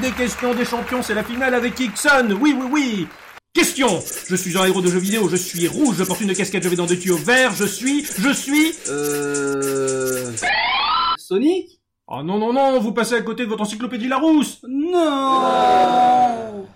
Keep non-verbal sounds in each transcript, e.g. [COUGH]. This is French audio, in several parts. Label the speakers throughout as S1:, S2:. S1: des questions des champions, c'est la finale avec Ixon. Oui, oui, oui. Question Je suis un héros de jeux vidéo, je suis rouge, je porte une casquette, je vais dans des tuyaux verts, je suis, je suis...
S2: Euh... Sonic
S1: Oh non, non, non, vous passez à côté de votre encyclopédie Larousse
S2: Non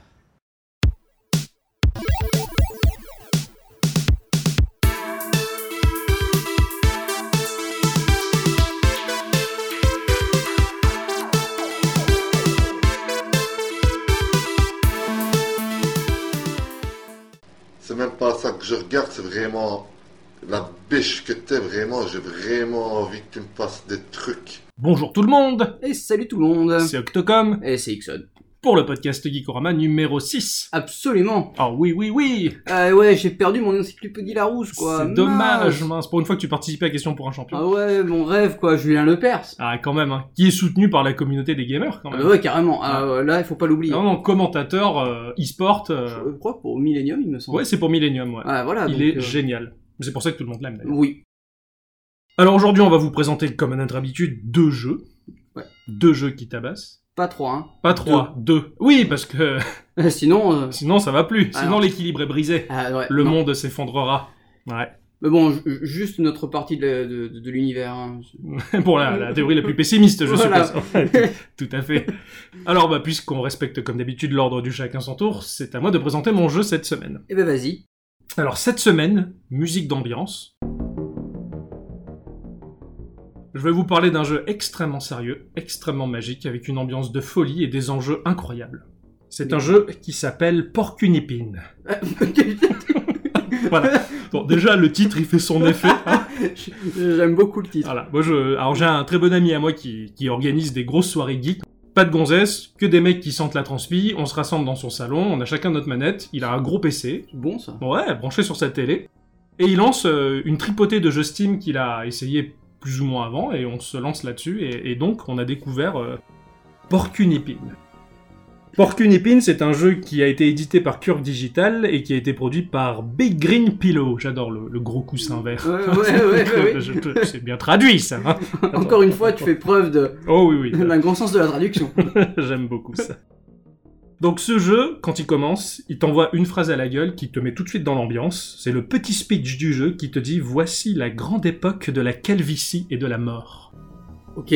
S3: C'est même pas ça que je regarde, c'est vraiment la biche que t'es, vraiment. J'ai vraiment envie que tu me passes des trucs.
S1: Bonjour tout le monde
S2: Et salut tout le monde
S1: C'est Octocom
S2: Et c'est Ixon.
S1: pour le podcast Geekorama numéro 6.
S2: Absolument
S1: Ah oui, oui, oui
S2: Ah ouais, j'ai perdu mon encyclopédie Larousse, quoi
S1: C'est
S2: Mince.
S1: dommage, mince, pour une fois que tu participais à Question pour un champion.
S2: Ah ouais, mon rêve, quoi, Julien Lepers
S1: Ah quand même, hein, qui est soutenu par la communauté des gamers quand
S2: Ah
S1: même.
S2: bah ouais, carrément, ah, ouais, là, il faut pas l'oublier.
S1: Non, non, commentateur euh, e-sport. euh,
S2: Je crois pour Millennium, il me semble.
S1: Ouais, c'est pour Millennium, ouais.
S2: Ah voilà,
S1: Il
S2: donc,
S1: est
S2: euh,
S1: génial. C'est pour ça que tout le monde l'aime d'ailleurs.
S2: Oui. Mm.
S1: Alors aujourd'hui, on va vous présenter, comme à notre habitude, deux jeux.
S2: Ouais.
S1: Deux jeux qui tabassent.
S2: Pas trois, hein. [LAUGHS]
S1: Pas trois, deux. Oui, parce que
S2: Sinon... euh,
S1: sinon ça va plus.
S2: Ah
S1: Sinon
S2: non.
S1: l'équilibre est brisé.
S2: Ah ouais,
S1: Le
S2: non.
S1: monde s'effondrera. [LAUGHS] Ouais.
S2: Mais bon, ju- juste notre partie de, la- de, de- de l'univers. hein.
S1: Pour la, la théorie la plus pessimiste, je
S2: Voilà. [LAUGHS]
S1: suppose. [LAUGHS] Tout à fait. Alors, bah, puisqu'on respecte comme d'habitude l'ordre du chacun son tour, c'est à moi de présenter mon jeu cette semaine.
S2: Eh ben vas-y. [LAUGHS]
S1: Alors, cette semaine, musique d'ambiance. Je vais vous parler d'un jeu extrêmement sérieux, extrêmement magique, avec une ambiance de folie et des enjeux incroyables. C'est un jeu qui s'appelle Porcunipine. Voilà. Bon, déjà, le titre, il fait son effet.
S2: J'aime beaucoup le
S1: [LAUGHS]
S2: titre.
S1: Voilà, moi je, alors j'ai un très bon ami à moi qui, qui organise des grosses soirées geeks. Pas de gonzesse, que des mecs qui sentent la transpi, on se rassemble dans son salon, on a chacun notre manette, il a un gros PC, [LAUGHS]
S2: Bon ça.
S1: ouais, branché sur sa télé, et il lance euh, une tripotée de jeux Steam qu'il a essayé plus ou moins avant, et on se lance là-dessus, et, et donc on a découvert euh, Porcunipine. Porcunipine, c'est un jeu qui a été édité par Curve Digital et qui a été produit par Big Green Pillow. J'adore le, le gros coussin vert.
S2: Ouais, ouais, ouais, ouais,
S1: [LAUGHS]
S2: ouais.
S1: Je te- C'est bien traduit ça. hein.
S2: Encore une fois, tu fais preuve de-
S1: Oh [LAUGHS] oui, oui,
S2: d'un grand sens de la traduction.
S1: [LAUGHS] j'aime beaucoup ça. Donc ce jeu, quand il commence, il t'envoie une phrase à la gueule qui te met tout de suite dans l'ambiance. C'est le petit speech du jeu qui te dit voici la grande époque de la calvitie et de la mort.
S2: [LAUGHS] Ok.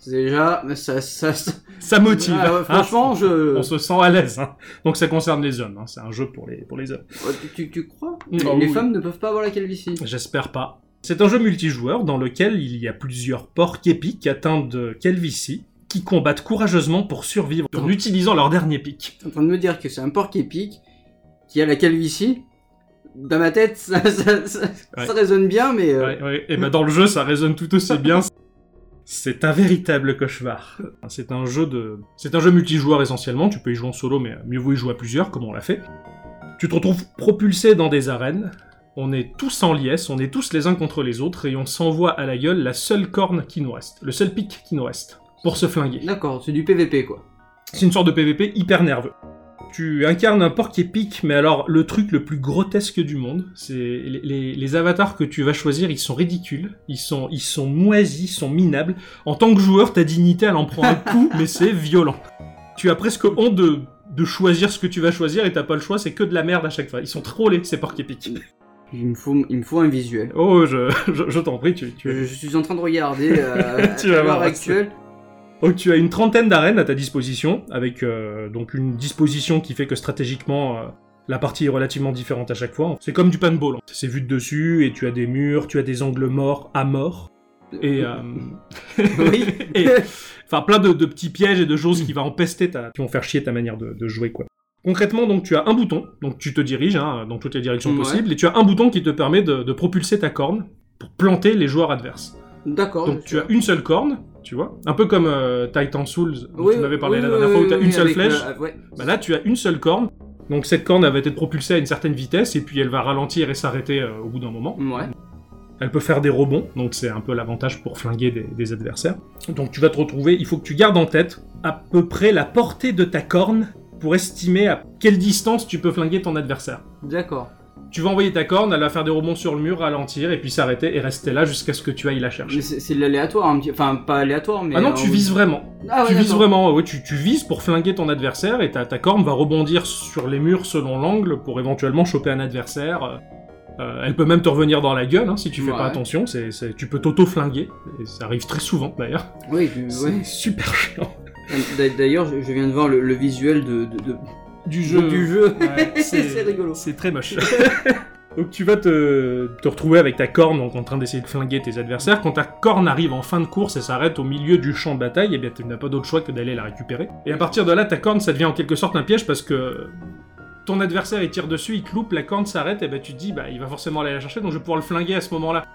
S2: C'est Déjà, ça, ça, ça-
S1: Ça motive.
S2: Ah ouais,
S1: hein.
S2: franchement, je.
S1: On se sent à l'aise. hein. Donc ça concerne les hommes. hein. C'est un jeu pour les, pour les hommes.
S2: Ouais, tu- tu, tu crois
S1: Mm.
S2: Les-
S1: Ah
S2: Les
S1: oui.
S2: femmes ne peuvent pas avoir la calvitie.
S1: J'espère pas. C'est un jeu multijoueur dans lequel il y a plusieurs porcs épiques atteints de calvitie qui combattent courageusement pour survivre en utilisant leur dernier pic.
S2: T'es en train de me dire que c'est un porc épique qui a la calvitie. Dans ma tête, [LAUGHS] ça, ça, ça-
S1: Ouais.
S2: ça résonne bien, mais. euh,
S1: Ouais, ouais. Et ben dans le jeu, ça résonne tout aussi bien. C'est un véritable cauchemar. C'est un jeu de, c'est un jeu multijoueur essentiellement. Tu peux y jouer en solo, mais mieux vaut y jouer à plusieurs, comme on l'a fait. Tu te retrouves propulsé dans des arènes. On est tous en liesse, on est tous les uns contre les autres et on s'envoie à la gueule la seule corne qui nous reste, le seul pic qui nous reste pour se flinguer.
S2: D'accord, c'est du PVP quoi.
S1: C'est une sorte de PVP hyper nerveux. Tu incarnes un porc épique, mais alors le truc le plus grotesque du monde, c'est les, les- les avatars que tu vas choisir, ils sont ridicules, ils sont, ils sont moisis, ils sont minables. En tant que joueur, ta dignité, elle en prend un coup, mais c'est violent. Tu as presque honte de, de choisir ce que tu vas choisir et t'as pas le choix, c'est que de la merde à chaque fois. Ils sont trop laids, ces porcs épiques.
S2: Il me faut, il me faut un visuel.
S1: Oh, je, je, je t'en prie, tu, tu,
S2: Je, je suis en train
S1: [LAUGHS]
S2: de regarder euh,
S1: Tu vas
S2: à l'heure
S1: voir,
S2: actuelle.
S1: Donc Oh, tu as une trentaine d'arènes à ta disposition, avec euh, donc une disposition qui fait que stratégiquement euh, la partie est relativement différente à chaque fois. C'est comme du paintball. C'est vu de dessus et tu as des murs, tu as des angles morts à mort et euh,
S2: [LAUGHS] Oui.
S1: et- enfin plein de, de petits pièges et de choses qui va empester ta, qui vont faire chier ta manière de, de jouer quoi. Concrètement donc tu as un bouton, donc tu te diriges hein, dans toutes les directions
S2: Ouais.
S1: possibles et tu as un bouton qui te permet de- de propulser ta corne pour planter les joueurs adverses.
S2: D'accord.
S1: Donc tu as une seule corne, tu vois, un peu comme euh, Titan Souls, dont tu m'avais parlé la dernière fois, où tu as une seule flèche.
S2: euh,
S1: Bah là, tu as une seule corne. Donc cette corne elle va être propulsée à une certaine vitesse et puis elle va ralentir et s'arrêter euh, au bout d'un moment.
S2: Ouais.
S1: Elle peut faire des rebonds, donc c'est un peu l'avantage pour flinguer des, des adversaires. Donc tu vas te retrouver, il faut que tu gardes en tête à peu près la portée de ta corne pour estimer à quelle distance tu peux flinguer ton adversaire.
S2: D'accord.
S1: tu vas envoyer ta corne, elle va faire des rebonds sur le mur, ralentir, et puis s'arrêter et rester là jusqu'à ce que tu ailles la chercher.
S2: Mais c'est c'est de l'aléatoire, un petit- enfin pas aléatoire, mais.
S1: ah non,
S2: euh,
S1: tu vises vraiment.
S2: Ah ouais,
S1: tu vises
S2: d'accord.
S1: vraiment, ouais, tu, tu vises pour flinguer ton adversaire et ta, ta corne va rebondir sur les murs selon l'angle pour éventuellement choper un adversaire. Euh, elle peut même te revenir dans la gueule hein, si tu fais pas
S2: Ouais.
S1: attention, c'est, c'est- tu peux t'auto-flinguer, et ça arrive très souvent d'ailleurs.
S2: Oui, tu- ouais.
S1: C'est super chiant.
S2: D'a- D'ailleurs, je je viens de voir le, le visuel de, de- de-
S1: Du
S2: du jeu.
S1: Ouais,
S2: [LAUGHS] C'est rigolo.
S1: C'est très
S2: [LAUGHS]
S1: moche. [LAUGHS] Donc tu vas te, te retrouver avec ta corne donc, en train d'essayer de flinguer tes adversaires. Quand ta corne arrive en fin de course et s'arrête au milieu du champ de bataille, eh bien tu n'as pas d'autre choix que d'aller la récupérer. Et à partir de là, ta corne, ça devient en quelque sorte un piège parce que ton adversaire il tire dessus, il te loupe, la corne s'arrête, et bien tu te dis bah il va forcément aller la chercher, donc je vais pouvoir le flinguer à ce moment-là.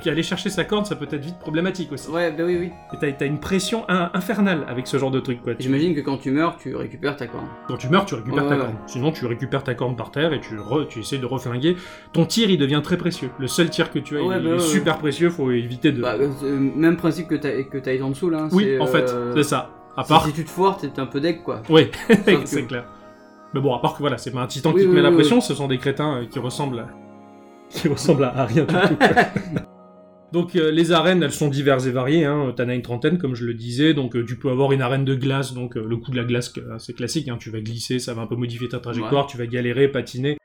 S1: Puis aller chercher sa corne, ça peut être vite problématique aussi.
S2: Ouais, bah oui, oui.
S1: Et t'as t'as une pression in- infernale avec ce genre de truc quoi.
S2: J'imagine que quand tu meurs, tu récupères ta corne.
S1: Quand tu meurs, tu récupères
S2: Ouais,
S1: ta
S2: ouais.
S1: corne. Sinon, tu récupères ta corne par terre et tu, re- tu essaies de reflinguer. Ton tir, il devient très précieux. Le seul tir que tu as,
S2: Ouais,
S1: il
S2: bah
S1: est
S2: ouais,
S1: super précieux, faut éviter de.
S2: Bah, euh, même principe que t'as que t'ailles en dessous là.
S1: oui,
S2: c'est,
S1: en fait,
S2: euh,
S1: c'est ça. À
S2: si-
S1: part.
S2: Si tu te foires, t'es un peu deck quoi. [LAUGHS]
S1: Oui,
S2: Sauf
S1: [LAUGHS] c'est
S2: que-
S1: clair. Mais bon, à part que voilà, c'est pas un titan
S2: Oui,
S1: qui te
S2: oui,
S1: met la
S2: oui,
S1: pression, ce sont des crétins euh, qui ressemblent à... [LAUGHS] qui ressemblent à à rien du tout.
S2: [LAUGHS]
S1: Donc euh, les arènes, elles sont diverses et variées. Hein. T'en as une trentaine, comme je le disais. Donc euh, tu peux avoir une arène de glace. Donc euh, le coup de la glace, que- c'est classique. Hein. Tu vas glisser, ça va un peu modifier ta trajectoire. Tu vas galérer, patiner.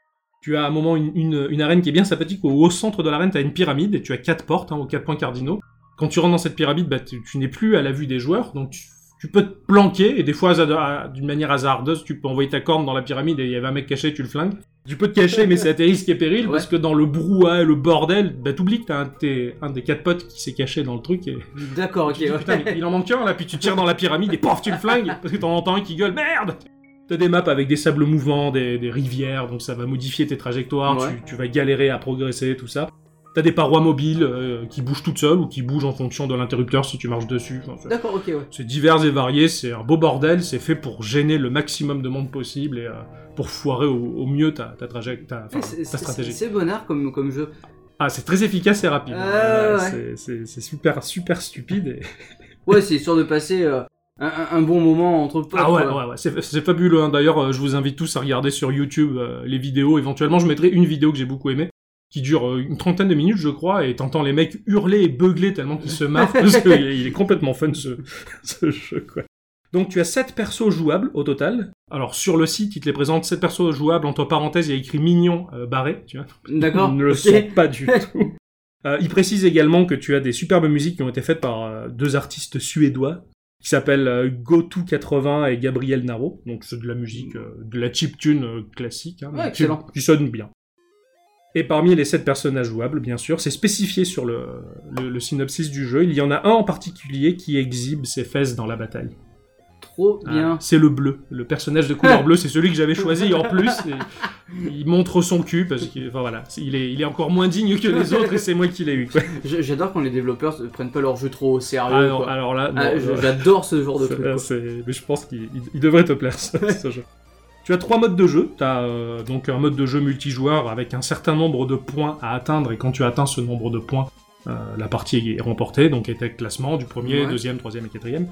S1: Tu as à un moment une, une- une arène qui est bien sympathique. Au, au centre de l'arène, t'as une pyramide et tu as quatre portes hein, aux quatre points cardinaux. Quand tu rentres dans cette pyramide, bah, tu, tu n'es plus à la vue des joueurs. Donc tu, tu peux te planquer et des fois, hasard- ah, d'une manière hasardeuse, tu peux envoyer ta corne dans la pyramide et il y avait un mec caché, tu le flingues. Tu peux te cacher, mais c'est à tes risques et périls,
S2: Ouais.
S1: parce que dans le brouhaha et le bordel, bah t'oublies que t'as un, de tes- un des quatre potes qui s'est caché dans le truc et
S2: D'accord, ok.
S1: tu te dis,
S2: ouais.
S1: putain, mais il en manque un là, puis tu tires dans la pyramide et paf, tu le flingues, parce que t'en entends un qui gueule, merde T'as des maps avec des sables mouvants, des, des rivières, donc ça va modifier tes trajectoires,
S2: Ouais.
S1: tu, tu vas galérer à progresser, tout ça. T'as des parois mobiles euh, qui bougent toutes seules ou qui bougent en fonction de l'interrupteur si tu marches dessus. Enfin, c'est-
S2: D'accord, ok, ouais.
S1: c'est divers et varié, c'est un beau bordel, c'est fait pour gêner le maximum de monde possible et euh, pour foirer au, au mieux ta, ta, traje- ta, enfin,
S2: Eh, c'est-
S1: ta
S2: c'est- C'est
S1: stratégie.
S2: c'est bonnard comme, comme jeu.
S1: Ah, c'est très efficace et rapide.
S2: Ah, ouais.
S1: C'est- c'est- C'est super, super stupide. et-
S2: Ouais, c'est histoire de passer euh, un, un- un bon moment entre potes.
S1: Ah ouais,
S2: quoi.
S1: ouais, ouais, c'est c'est fabuleux. hein. D'ailleurs, euh, je vous invite tous à regarder sur YouTube euh, les vidéos. Éventuellement, je mettrai une vidéo que j'ai beaucoup aimée qui dure euh, une trentaine de minutes, je crois, et t'entends les mecs hurler et beugler tellement qu'ils se marrent parce qu'il est il est complètement fun ce, [LAUGHS] ce jeu, quoi. Donc tu as 7 persos jouables au total. Alors sur le site, ils te les présentent 7 persos jouables, entre parenthèses, il y a écrit mignon euh, barré, tu vois.
S2: D'accord.
S1: Ils ne le
S2: ok.
S1: sont pas
S2: [LAUGHS]
S1: du tout. Euh, il précise également que tu as des superbes musiques qui ont été faites par euh, deux artistes suédois qui s'appellent euh, Gotu80 et Gabriel Naro. Donc c'est de la musique, euh, de la chiptune euh, classique, hein,
S2: Ouais,
S1: mais qui-
S2: excellent.
S1: qui sonne bien. Et parmi les sept personnages jouables, bien sûr, c'est spécifié sur le, le- le synopsis du jeu. Il y en a un en particulier qui exhibe ses fesses dans la bataille.
S2: Trop
S1: Ah,
S2: bien.
S1: C'est le bleu. Le personnage de couleur bleue, c'est celui que j'avais choisi en plus. Et il montre son cul parce qu'il enfin, voilà, c'est- il est, il est encore moins digne que les autres et c'est moi qui l'ai eu. quoi.
S2: J- J'adore quand les développeurs se prennent pas leur jeu trop au sérieux.
S1: Alors,
S2: quoi.
S1: alors là, non,
S2: Ah,
S1: non.
S2: je- J'adore ce genre
S1: [LAUGHS]
S2: de
S1: C'est-
S2: truc.
S1: euh,
S2: quoi.
S1: c'est- Mais je pense qu'il il- il devrait te plaire, [LAUGHS] ce, ce jeu. Tu as trois modes de jeu. Tu as donc un mode de jeu multijoueur avec un certain nombre de points à atteindre, et quand tu atteins ce nombre de points, euh, la partie est remportée, donc est avec classement du premier,
S2: Ouais.
S1: deuxième, troisième et quatrième.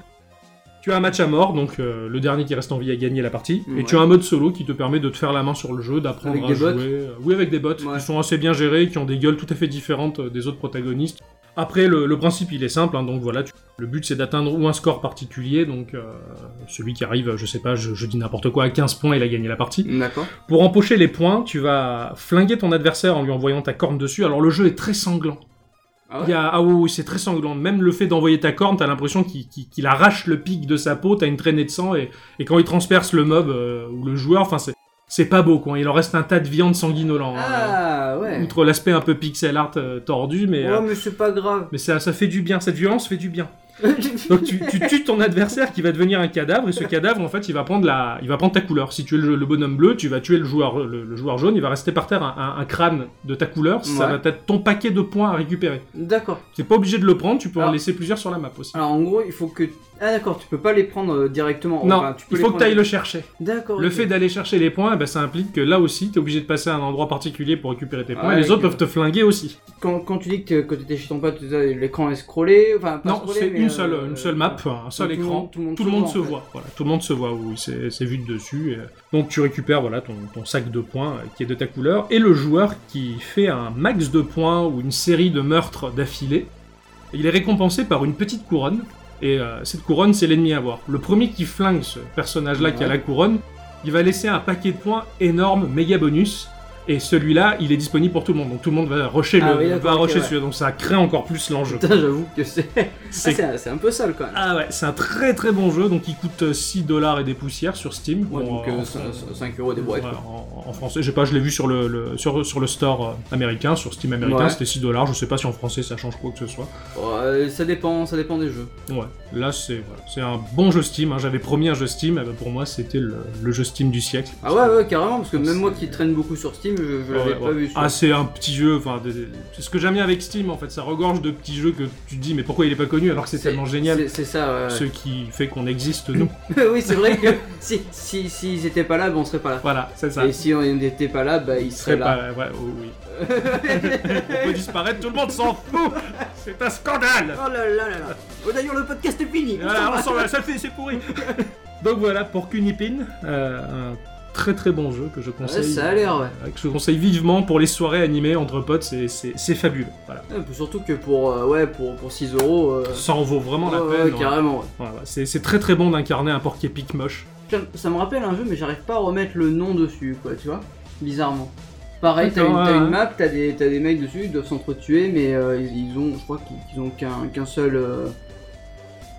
S1: Tu as un match à mort, donc euh, le dernier qui reste en vie a gagné la partie. Et
S2: Ouais.
S1: tu as un mode solo qui te permet de te faire la main sur le jeu, d'apprendre
S2: Avec
S1: à
S2: des
S1: jouer.
S2: bots
S1: euh, Oui, avec des bots
S2: Ouais.
S1: qui sont assez bien gérés, qui ont des gueules tout à fait différentes euh, des autres protagonistes. Après, le, le principe, il est simple. hein, donc voilà, tu- le but, c'est d'atteindre ou un score particulier. Donc euh, celui qui arrive, je sais pas, je, je dis n'importe quoi, à 15 points, il a gagné la partie.
S2: D'accord.
S1: Pour empocher les points, tu vas flinguer ton adversaire en lui envoyant ta corne dessus. Alors le jeu est très sanglant.
S2: Ah ouais
S1: Il y a- ah oui, oui, c'est très sanglant. Même le fait d'envoyer ta corne, t'as l'impression qu'il qu'il- qu'il arrache le pic de sa peau, t'as une traînée de sang, et, et quand il transperce le mob euh, ou le joueur, enfin c'est c'est pas beau quoi. Il en reste un tas de viande sanguinolent. hein.
S2: Ah ouais.
S1: Outre l'aspect un peu pixel art euh, tordu, mais, euh,
S2: Oh, mais c'est pas
S1: [LAUGHS]
S2: grave.
S1: mais ça, ça fait du bien. Cette violence fait du bien. Donc tu, tu tues ton adversaire qui va devenir un cadavre et ce cadavre en fait il va prendre la, il va prendre ta couleur. Si tu es le, le bonhomme bleu, tu vas tuer le joueur, le, le joueur jaune, il va rester par terre un, un- un crâne de ta couleur. Ça
S2: Ouais.
S1: va être ton paquet de points à récupérer.
S2: [LAUGHS] D'accord.
S1: T'es pas obligé de le prendre, tu peux en
S2: Ah.
S1: laisser plusieurs sur la map aussi.
S2: Alors en gros, il faut que. Ah d'accord, tu peux pas les prendre euh, directement.
S1: Non,
S2: Enfin, tu peux
S1: il
S2: les
S1: faut que tu
S2: prendre-
S1: ailles le chercher.
S2: D'accord.
S1: Le
S2: ok.
S1: fait d'aller chercher les points, eh ben, ça implique que là aussi, tu es obligé de passer à un endroit particulier pour récupérer tes
S2: Ah
S1: points.
S2: ouais,
S1: et les autres
S2: que-
S1: peuvent te flinguer aussi.
S2: Quand, quand tu dis que, t'es- que t'étais chez ton pote, tout ça, l'écran est scrollé, enfin pas
S1: Non,
S2: scrollé,
S1: c'est
S2: mais,
S1: une
S2: euh,
S1: seule, une seule map, un seul
S2: tout le
S1: écran.
S2: monde- tout le monde,
S1: Tout le monde
S2: en
S1: se
S2: fait.
S1: voit, voilà, tout le monde se voit, oui, c'est c'est vu de dessus. et- euh, Donc tu récupères voilà, ton, ton sac de points euh, qui est de ta couleur, et le joueur qui fait un max de points ou une série de meurtres d'affilée, il est récompensé par une petite couronne, et euh, cette couronne c'est l'ennemi à avoir. Le premier qui flingue ce personnage-là qui a
S2: Ouais.
S1: la couronne, il va laisser un paquet de points énorme, méga bonus, et celui-là il est disponible pour tout le monde, donc tout le monde va rusher,
S2: Ah
S1: le,
S2: oui,
S1: va
S2: d'accord, ok,
S1: rusher
S2: ouais.
S1: celui-là, donc ça crée encore plus l'enjeu.
S2: [LAUGHS] Putain, j'avoue que c'est. Ah,
S1: C'est
S2: c'est un- c'est un peu sale quand même.
S1: ah ouais, c'est un très très bon jeu, donc il coûte 6 dollars et des poussières sur Steam.
S2: Ouais,
S1: Bon,
S2: donc
S1: en-
S2: euh, cin- cin- 5 euros des boîtes.
S1: ouais,
S2: quoi.
S1: en, en français, je sais pas, je l'ai vu sur le, le- sur, sur le store euh, américain, sur Steam américain,
S2: Ouais.
S1: c'était 6 dollars, je sais pas si en français ça change quoi que ce soit.
S2: Ouais, ça dépend, ça dépend des jeux.
S1: Ouais, là c'est voilà, c'est un bon jeu Steam, hein, j'avais promis un jeu Steam, eh ben, pour moi c'était le, le jeu Steam du siècle.
S2: Ah ouais, ouais, carrément, parce que
S1: C'est-
S2: même moi qui traîne beaucoup sur Steam, je, je l'avais
S1: Ouais,
S2: pas
S1: ouais.
S2: vu. sur-
S1: Ah, c'est un petit jeu, enfin, des- des- c'est ce que j'aime bien avec Steam en fait, ça regorge de petits jeux que tu te dis, mais pourquoi il est pas connu alors que c'est tellement génial,
S2: c'est- C'est ça. ouais.
S1: ce qui fait qu'on existe
S2: [COUGHS]
S1: nous.
S2: [LAUGHS] oui, c'est vrai que si s'ils si, s'ils étaient pas là, ben, on serait pas là.
S1: voilà, c'est ça.
S2: Et si on n'était pas là, bah ils seraient
S1: serait
S2: là.
S1: pas- ouais, oh oui. On
S2: [LAUGHS]
S1: peut disparaître, tout le monde s'en fout C'est un scandale
S2: Oh là là là là Oh, D'ailleurs, le podcast est fini on s'en
S1: Voilà,
S2: va.
S1: on s'en va, ça fait, c'est pourri [LAUGHS] Donc voilà, pour Kunipin, euh, un très très bon jeu que je
S2: Ouais,
S1: conseille.
S2: ça a l'air, ouais.
S1: euh, que je conseille vivement pour les soirées animées entre potes, c'est, c'est, c'est fabuleux. Voilà.
S2: Ouais, puis Surtout que pour, euh, ouais, pour, pour 6 euros. euh,
S1: Ça en vaut vraiment la
S2: ouais,
S1: peine.
S2: ouais,
S1: ouais.
S2: carrément. ouais.
S1: Voilà, c'est, c'est très très bon d'incarner un porc épique moche.
S2: Putain, Ça me rappelle un jeu, mais j'arrive pas à remettre le nom dessus, quoi, tu vois Bizarrement. Pareil, t'as une,
S1: D'accord,
S2: t'as
S1: ouais,
S2: une
S1: ouais.
S2: map, t'as des, t'as des mecs dessus, ils doivent s'entretuer, mais euh, ils, ils ont, je crois qu'ils qu'ils ont qu'un qu'un seul. euh,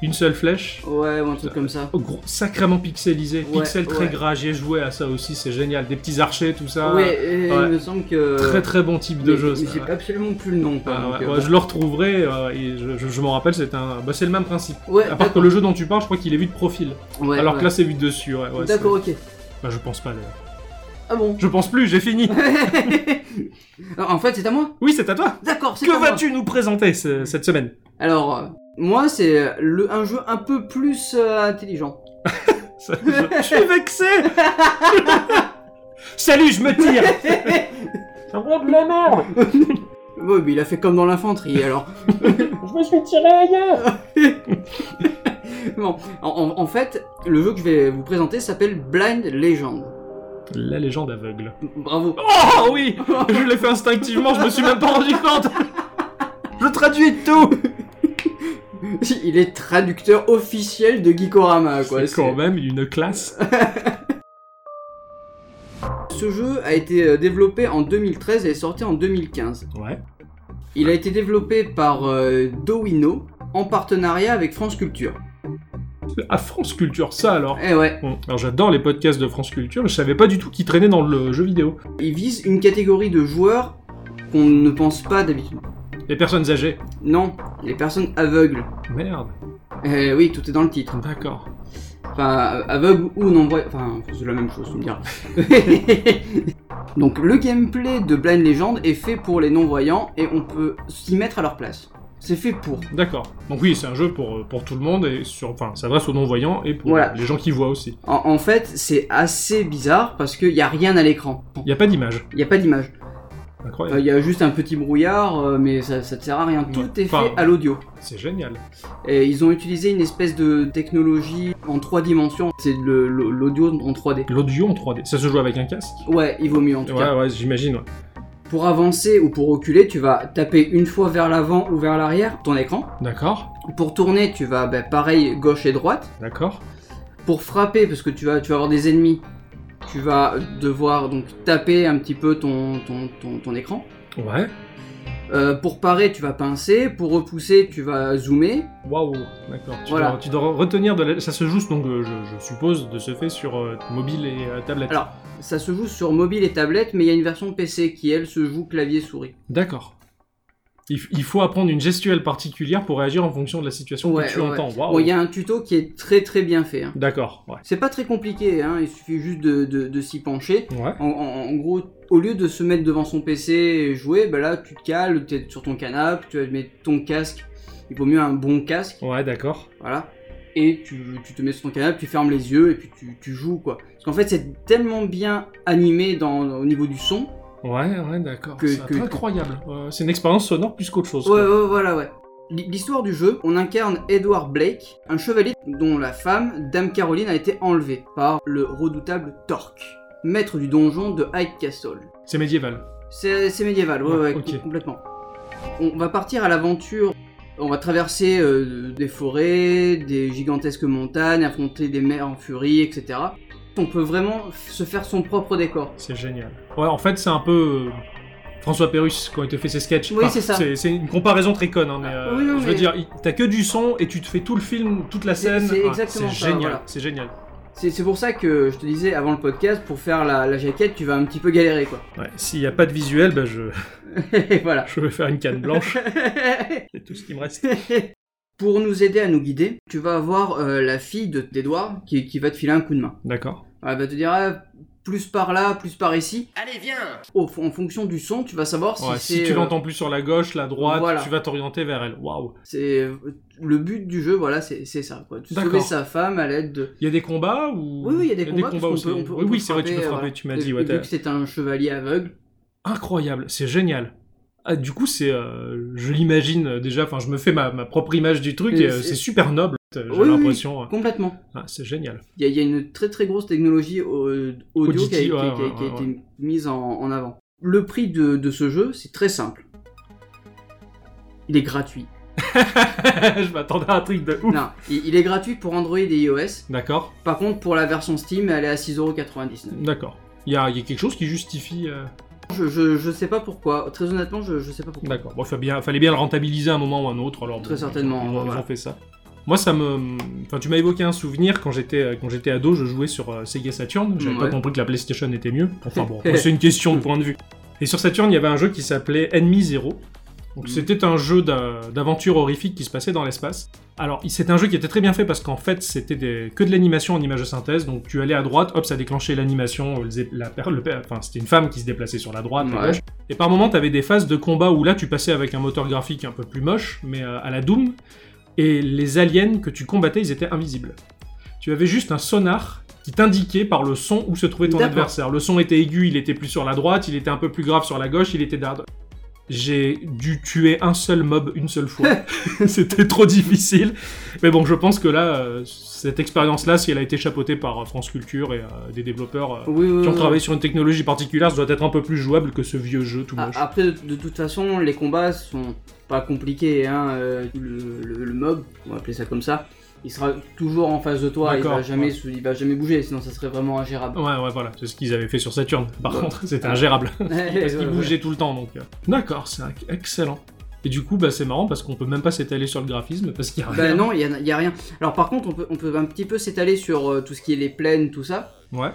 S1: Une seule flèche.
S2: Ouais, ou un truc comme ça.
S1: Oh, gros, sacrément pixelisé,
S2: Ouais,
S1: pixel très
S2: ouais.
S1: gras, j'ai joué à ça aussi, c'est génial. Des petits archers, tout ça.
S2: ouais, et
S1: Ah, ouais.
S2: il me semble que.
S1: Très très bon type de
S2: mais-
S1: jeu.
S2: mais
S1: ça,
S2: J'ai
S1: ouais.
S2: absolument plus le nom, quoi.
S1: Ah,
S2: donc,
S1: ouais,
S2: euh,
S1: ouais, je le retrouverai euh, et je, je- je m'en rappelle, c'est un, bah, c'est le même principe.
S2: Ouais,
S1: À part que le jeu dont tu parles, je crois qu'il est vu de profil.
S2: ouais,
S1: Alors
S2: ouais.
S1: que là, c'est vu de dessus. ouais, ouais,
S2: D'accord, ok.
S1: c'est- Bah, je pense pas d'ailleurs.
S2: Ah bon [LAUGHS]
S1: Je pense plus, j'ai [LAUGHS] fini.
S2: Alors, En fait, c'est à moi
S1: Oui, c'est à toi.
S2: D'accord, c'est à
S1: Que
S2: moi.
S1: vas-tu nous présenter ce- cette semaine
S2: Alors, euh, moi, c'est le, un jeu un peu plus euh, intelligent.
S1: Ça- [LAUGHS] Je je suis vexé. [LAUGHS] Salut, je me tire. Ça de la merde.
S2: [LAUGHS] Ouais, mais il a fait comme dans l'infanterie, alors.
S1: [LAUGHS] Je me suis tiré ailleurs.
S2: Bon, en, en- en fait, le jeu que je vais vous présenter s'appelle Blind Legend.
S1: La légende [LAUGHS] aveugle.
S2: Bravo.
S1: Oh oui, je l'ai fait instinctivement. Je me suis même pas rendu compte. Je traduis tout.
S2: Il est traducteur officiel de Geekorama, quoi.
S1: C'est quand même une classe.
S2: Ce jeu a été euh, développé en 2013 et est sorti en 2015.
S1: Ouais.
S2: Il a été développé par euh, Dowino en partenariat avec France Culture.
S1: À France Culture, ça alors.
S2: Eh ouais,
S1: Bon, alors j'adore les podcasts de France Culture, mais je savais pas du tout qu'ils traînaient dans le jeu vidéo.
S2: il vise une catégorie de joueurs qu'on ne pense pas d'habitude.
S1: Les personnes âgées.
S2: Non, les personnes aveugles.
S1: Merde.
S2: Eh oui, tout est dans le titre.
S1: D'accord.
S2: Enfin, aveugle ou non-voyant. Enfin, c'est la même chose, tu me diras. Donc, le gameplay de Blind Legend est fait pour les non-voyants et on peut s'y mettre à leur place. C'est fait pour.
S1: D'accord. Donc oui, c'est un jeu pour, euh, pour tout le monde et sur, enfin, s'adresse aux non-voyants et pour
S2: Voilà.
S1: les gens qui voient aussi.
S2: En, en fait, c'est assez bizarre parce qu'il n'y a rien à l'écran.
S1: Il y a pas d'image.
S2: Il n'y a pas d'image. Enfin,
S1: Incroyable.
S2: Il y a juste un petit brouillard, euh, mais ça ne te sert à rien.
S1: Ouais.
S2: Tout est
S1: Enfin,
S2: fait à l'audio.
S1: C'est génial.
S2: Et ils ont utilisé une espèce de technologie en trois dimensions. C'est le- le- l'audio en 3D.
S1: L'audio en 3D. Ça se joue avec un casque
S2: Ouais, il vaut mieux en tout cas.
S1: Ouais, ouais, j'imagine. ouais.
S2: Pour avancer ou pour reculer, tu vas taper une fois vers l'avant ou vers l'arrière ton écran.
S1: D'accord.
S2: Pour tourner, tu vas bah, pareil gauche et droite.
S1: D'accord.
S2: Pour frapper, parce que tu vas, tu vas avoir des ennemis, tu vas devoir donc taper un petit peu ton, ton, ton, ton écran.
S1: Ouais.
S2: Euh, pour parer, tu vas pincer. Pour repousser, tu vas zoomer.
S1: Waouh. D'accord. Tu,
S2: Voilà.
S1: dois, tu dois retenir de la... Ça se joue donc, euh, je, je suppose, de ce fait sur euh, mobile et euh, tablette.
S2: Alors, ça se joue sur mobile et tablette, mais il y a une version PC qui, elle, se joue clavier-souris.
S1: D'accord. Il, f- il faut apprendre une gestuelle particulière pour réagir en fonction de la situation
S2: Ouais,
S1: que tu
S2: ouais.
S1: entends. Waouh.
S2: Bon, il y a un tuto qui est très très bien fait. hein.
S1: D'accord. Ouais.
S2: C'est pas très compliqué, hein, il suffit juste de, de- de s'y pencher.
S1: Ouais.
S2: En, en- en gros, au lieu de se mettre devant son PC et jouer, bah là, tu te cales, tu es sur ton canapé, tu vas mettre ton casque. Il vaut mieux un bon casque,
S1: Ouais, d'accord.
S2: voilà. et tu, tu te mets sur ton canapé, tu fermes les yeux et puis tu, tu joues quoi. Parce qu'en fait c'est tellement bien animé dans, au niveau du son.
S1: Ouais, ouais, d'accord.
S2: Que-
S1: C'est
S2: que-
S1: incroyable. Euh, c'est une expérience sonore plus qu'autre chose.
S2: Ouais,
S1: quoi.
S2: ouais, voilà, ouais. L- L'histoire du jeu, on incarne Edward Blake, un chevalier dont la femme, Dame Caroline, a été enlevée par le redoutable Torque, maître du donjon de Hyde Castle.
S1: C'est médiéval.
S2: C'est c'est médiéval, ouais,
S1: Ouais,
S2: ouais,
S1: ok.
S2: com- complètement. On va partir à l'aventure. On va traverser euh, des forêts, des gigantesques montagnes, affronter des mers en furie, etc. On peut vraiment f- se faire son propre décor.
S1: C'est génial. Ouais, en fait, c'est un peu euh, François Pérus quand il te fait ses sketchs.
S2: Oui, c'est ça.
S1: C'est une comparaison très conne, hein, mais
S2: Ah,
S1: euh,
S2: oui, non,
S1: je
S2: mais-
S1: veux dire, il- t'as que du son et tu te fais tout le film, toute la
S2: C'est-
S1: scène.
S2: c'est
S1: Ah,
S2: exactement ça,
S1: génial.
S2: voilà.
S1: C'est génial.
S2: C'est c'est pour ça que je te disais avant le podcast, pour faire la, la jaquette, tu vas un petit peu galérer, quoi. [LAUGHS]
S1: Ouais, S'il n'y a pas de visuel, bah, je... [LAUGHS]
S2: voilà. [LAUGHS]
S1: je vais faire une canne blanche. [LAUGHS] c'est tout ce qui me reste.
S2: Pour nous aider à nous guider, tu vas avoir euh, la fille de- d'Edouard qui, qui va te filer un coup de main.
S1: D'accord.
S2: Elle va te dire ah, plus par là, plus par ici.
S4: Allez, viens
S2: Au- en fonction du son, tu vas savoir si
S1: Ouais,
S2: c'est.
S1: si tu
S2: euh,
S1: l'entends plus sur la gauche, la droite,
S2: voilà.
S1: tu vas t'orienter vers elle. Waouh.
S2: c'est euh, le but du jeu, voilà, c'est c'est ça. Quoi. Tu
S1: D'accord.
S2: Sauver sa femme à l'aide de.
S1: Il y a des combats ou
S2: Oui, oui, il y a des combats.
S1: aussi.
S2: puisqu'on peut- on peut- on
S1: oui,
S2: peut
S1: oui, c'est vrai, tu peux
S2: euh,
S1: frapper.
S2: voilà.
S1: Tu m'as
S2: Et
S1: dit. Ouais,
S2: Vu
S1: t'as-
S2: que c'est un chevalier aveugle.
S1: Incroyable, c'est génial. Ah, du coup, c'est, euh, je l'imagine euh, déjà. Enfin, je me fais ma, ma propre image du truc.
S2: Et
S1: et, euh,
S2: c'est-
S1: c'est super noble. euh, J'ai
S2: Oui, oui,
S1: l'impression. euh,
S2: Complètement.
S1: ah, c'est génial. [LAUGHS]
S2: Il y, a- il y a une très très grosse technologie au- audio qui a,
S1: Auditive,
S2: qui a-
S1: ouais,
S2: qui a- qui a
S1: ouais,
S2: été mise en, en avant. Le prix de, de ce jeu, c'est très simple. Il est gratuit.
S1: je m'attendais à un truc de ouf.
S2: Non, il, il est gratuit pour Android et iOS.
S1: D'accord,
S2: Par contre, pour la version Steam, elle est à 6,99€.
S1: d'accord. Il y a, il y a quelque chose qui justifie. euh,
S2: Je, je, je sais pas pourquoi. Très honnêtement, je, je sais pas pourquoi.
S1: D'accord. Bon, il fallait bien, fallait bien le rentabiliser à un moment ou à un autre. Alors,
S2: Très
S1: bon,
S2: certainement,
S1: Ils ont, ils ont
S2: voilà.
S1: fait ça. Moi, ça me. Enfin, tu m'as évoqué un souvenir quand j'étais euh, quand j'étais ado, je jouais sur euh, Sega Saturn. J'avais
S2: Mm, Ouais.
S1: pas compris que la PlayStation était mieux. Enfin
S2: [LAUGHS]
S1: bon, c'est une question de point de vue. Et sur Saturn, il y avait un jeu qui s'appelait Enemy Zero. Donc
S2: Mm.
S1: c'était un jeu d'a- d'aventure horrifique qui se passait dans l'espace. Alors il- c'est un jeu qui était très bien fait parce qu'en fait c'était des- que de l'animation en image de synthèse. Donc tu allais à droite, hop ça déclenchait l'animation. euh, le zé- la per- le per- Enfin c'était une femme qui se déplaçait sur la droite, la
S2: Ouais.
S1: gauche. Et par moments t'avais des phases de combat où là tu passais avec un moteur graphique un peu plus moche, mais euh, à la Doom. Et les aliens que tu combattais ils étaient invisibles. Tu avais juste un sonar qui t'indiquait par le son où se trouvait ton
S2: D'accord.
S1: adversaire. Le son était aigu, il était plus sur la droite, il était un peu plus grave sur la gauche, il était dar- j'ai dû tuer un seul mob une seule
S2: [LAUGHS]
S1: fois. [LAUGHS] C'était trop difficile. Mais bon, je pense que là, euh, cette expérience-là, si elle a été chapeautée par euh, France Culture et euh, des développeurs euh,
S2: Oui, oui,
S1: qui ont
S2: oui.
S1: travaillé sur une technologie particulière, ça doit être un peu plus jouable que ce vieux jeu tout
S2: Ah,
S1: moche.
S2: Après, de, de toute façon, les combats sont pas compliqués. Hein. euh, le, le- le mob, on va appeler ça comme ça, il sera toujours en face de toi. Il va,
S1: D'accord,
S2: jamais,
S1: ouais.
S2: sou- il va jamais bouger, sinon ça serait vraiment ingérable.
S1: Ouais, ouais, voilà, c'est ce qu'ils avaient fait sur Saturn. Par
S2: Ouais. Ah.
S1: contre, c'était
S2: Ouais.
S1: ingérable.
S2: [LAUGHS] Parce
S1: [LAUGHS] Parce qu'il bougeait tout le temps, donc. euh. D'accord, c'est inc- excellent. Et du coup, bah, c'est marrant parce qu'on peut même pas s'étaler sur le graphisme parce qu'il y a
S2: Bah
S1: rien.
S2: non, il y, a- il y a rien. Alors par contre, on peut, on peut un petit peu s'étaler sur euh, tout ce qui est les plaines, tout ça.
S1: Ouais.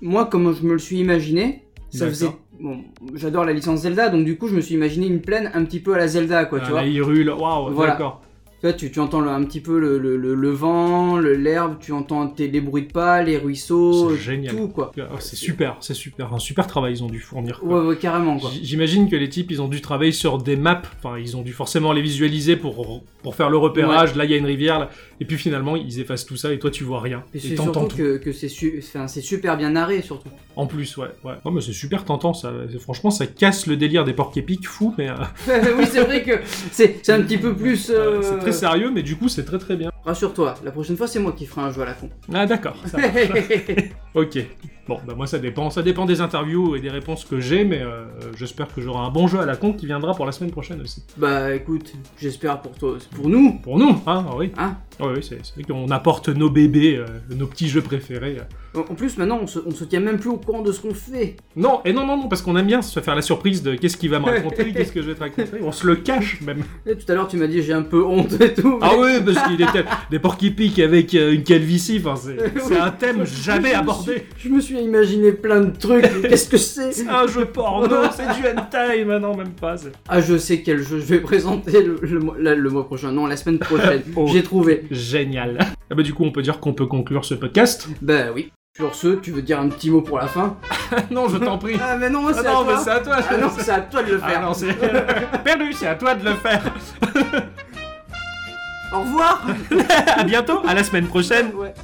S2: Moi, comme je me le suis imaginé, ça
S1: D'accord.
S2: faisait. Bon, j'adore la licence Zelda, donc du coup, je me suis imaginé une plaine un petit peu à la Zelda, quoi,
S1: Ah,
S2: tu vois.
S1: la Hyrule, waouh,
S2: Voilà.
S1: d'accord.
S2: Tu vois, tu, tu entends le- un petit peu le, le- le- le vent, le- l'herbe, tu entends tes- les bruits de pas, les ruisseaux,
S1: C'est génial.
S2: tout quoi.
S1: Ah, C'est super, c'est super. Un super travail, ils ont dû fournir. quoi.
S2: Ouais, ouais, carrément quoi.
S1: J- J'imagine que les types, ils ont dû travailler sur des maps. Enfin, ils ont dû forcément les visualiser pour, pour faire le repérage. Là, il y a une rivière. là. Et puis finalement, ils effacent tout ça et toi, tu vois rien.
S2: Et
S1: Et
S2: c'est
S1: t'entends tout.
S2: surtout que, que c'est su- enfin, c'est super bien narré surtout. [LAUGHS]
S1: En plus, ouais. ouais. Non, mais c'est super tentant, ça. C'est- Franchement, ça casse le délire des porcs épiques fou, mais euh,
S2: oui, c'est vrai que c'est c'est un petit peu plus. euh,
S1: euh, c'est très sérieux, mais du coup, c'est très très bien.
S2: Rassure-toi, la prochaine fois c'est moi qui ferai un jeu à la con.
S1: Ah, d'accord. ça va. ok. Bon, bah moi, ça dépend. Ça dépend des interviews et des réponses que j'ai, mais euh, j'espère que j'aurai un bon jeu à la con qui viendra pour la semaine prochaine aussi.
S2: [LAUGHS] bah écoute, j'espère pour toi, c'est pour nous.
S1: Pour nous, hein, ah oui.
S2: Hein
S1: Ouais, oui, c'est c'est vrai qu'on apporte nos bébés, euh, nos petits jeux préférés. euh,
S2: En en plus maintenant on se, on se tient même plus au courant de ce qu'on fait.
S1: Non, et non, non, non, parce qu'on aime bien se faire la surprise de qu'est-ce qu'il va me raconter, qu'est-ce que je vais te raconter. On se le cache même.
S2: Et tout à l'heure tu m'as dit j'ai un peu honte et tout.
S1: Ah
S2: mais-
S1: oui, parce qu'il était des porcs qui piquent avec euh, une calvitie. Enfin, c'est c'est un thème
S2: Je me
S1: jamais
S2: suis-
S1: abordé.
S2: Je me suis imaginé plein de trucs, mais qu'est-ce que
S1: [LAUGHS]
S2: c'est
S1: C'est un jeu porno, c'est du hentai, maintenant même pas. c'est-
S2: Ah, je sais quel jeu je vais [LAUGHS] présenter le, le mois- la- le mois prochain. Non, la semaine prochaine.
S1: [LAUGHS] Oh.
S2: J'ai trouvé.
S1: Génial. Ah bah du coup, on peut dire qu'on peut conclure ce podcast.
S2: Bah oui. Sur ce, tu veux dire un petit mot pour la fin
S1: non, je t'en prie.
S2: Ah, mais non,
S1: Ah
S2: c'est à
S1: non, mais
S2: toi.
S1: c'est à toi.
S2: Ah non, c'est à toi de le
S1: Ah [LAUGHS]
S2: faire.
S1: non, c'est perdu, c'est à toi de le faire. Au revoir
S2: à bientôt, à la semaine prochaine.
S1: [LAUGHS] Ouais.